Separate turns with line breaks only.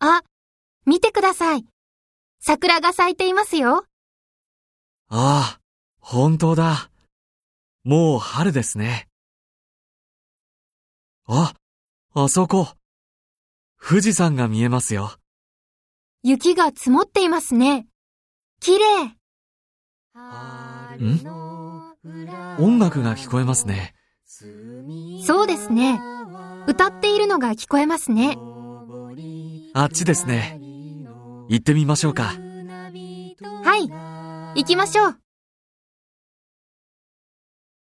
あ、見てください。桜が咲いていますよ。
ああ、本当だ。もう春ですね。あ、あそこ。富士山が見えますよ。
雪が積もっていますね。綺麗。
ん音楽が聞こえますね。
そうですね。歌っているのが聞こえますね。
あっちですね。行ってみましょうか。
はい。行きましょう。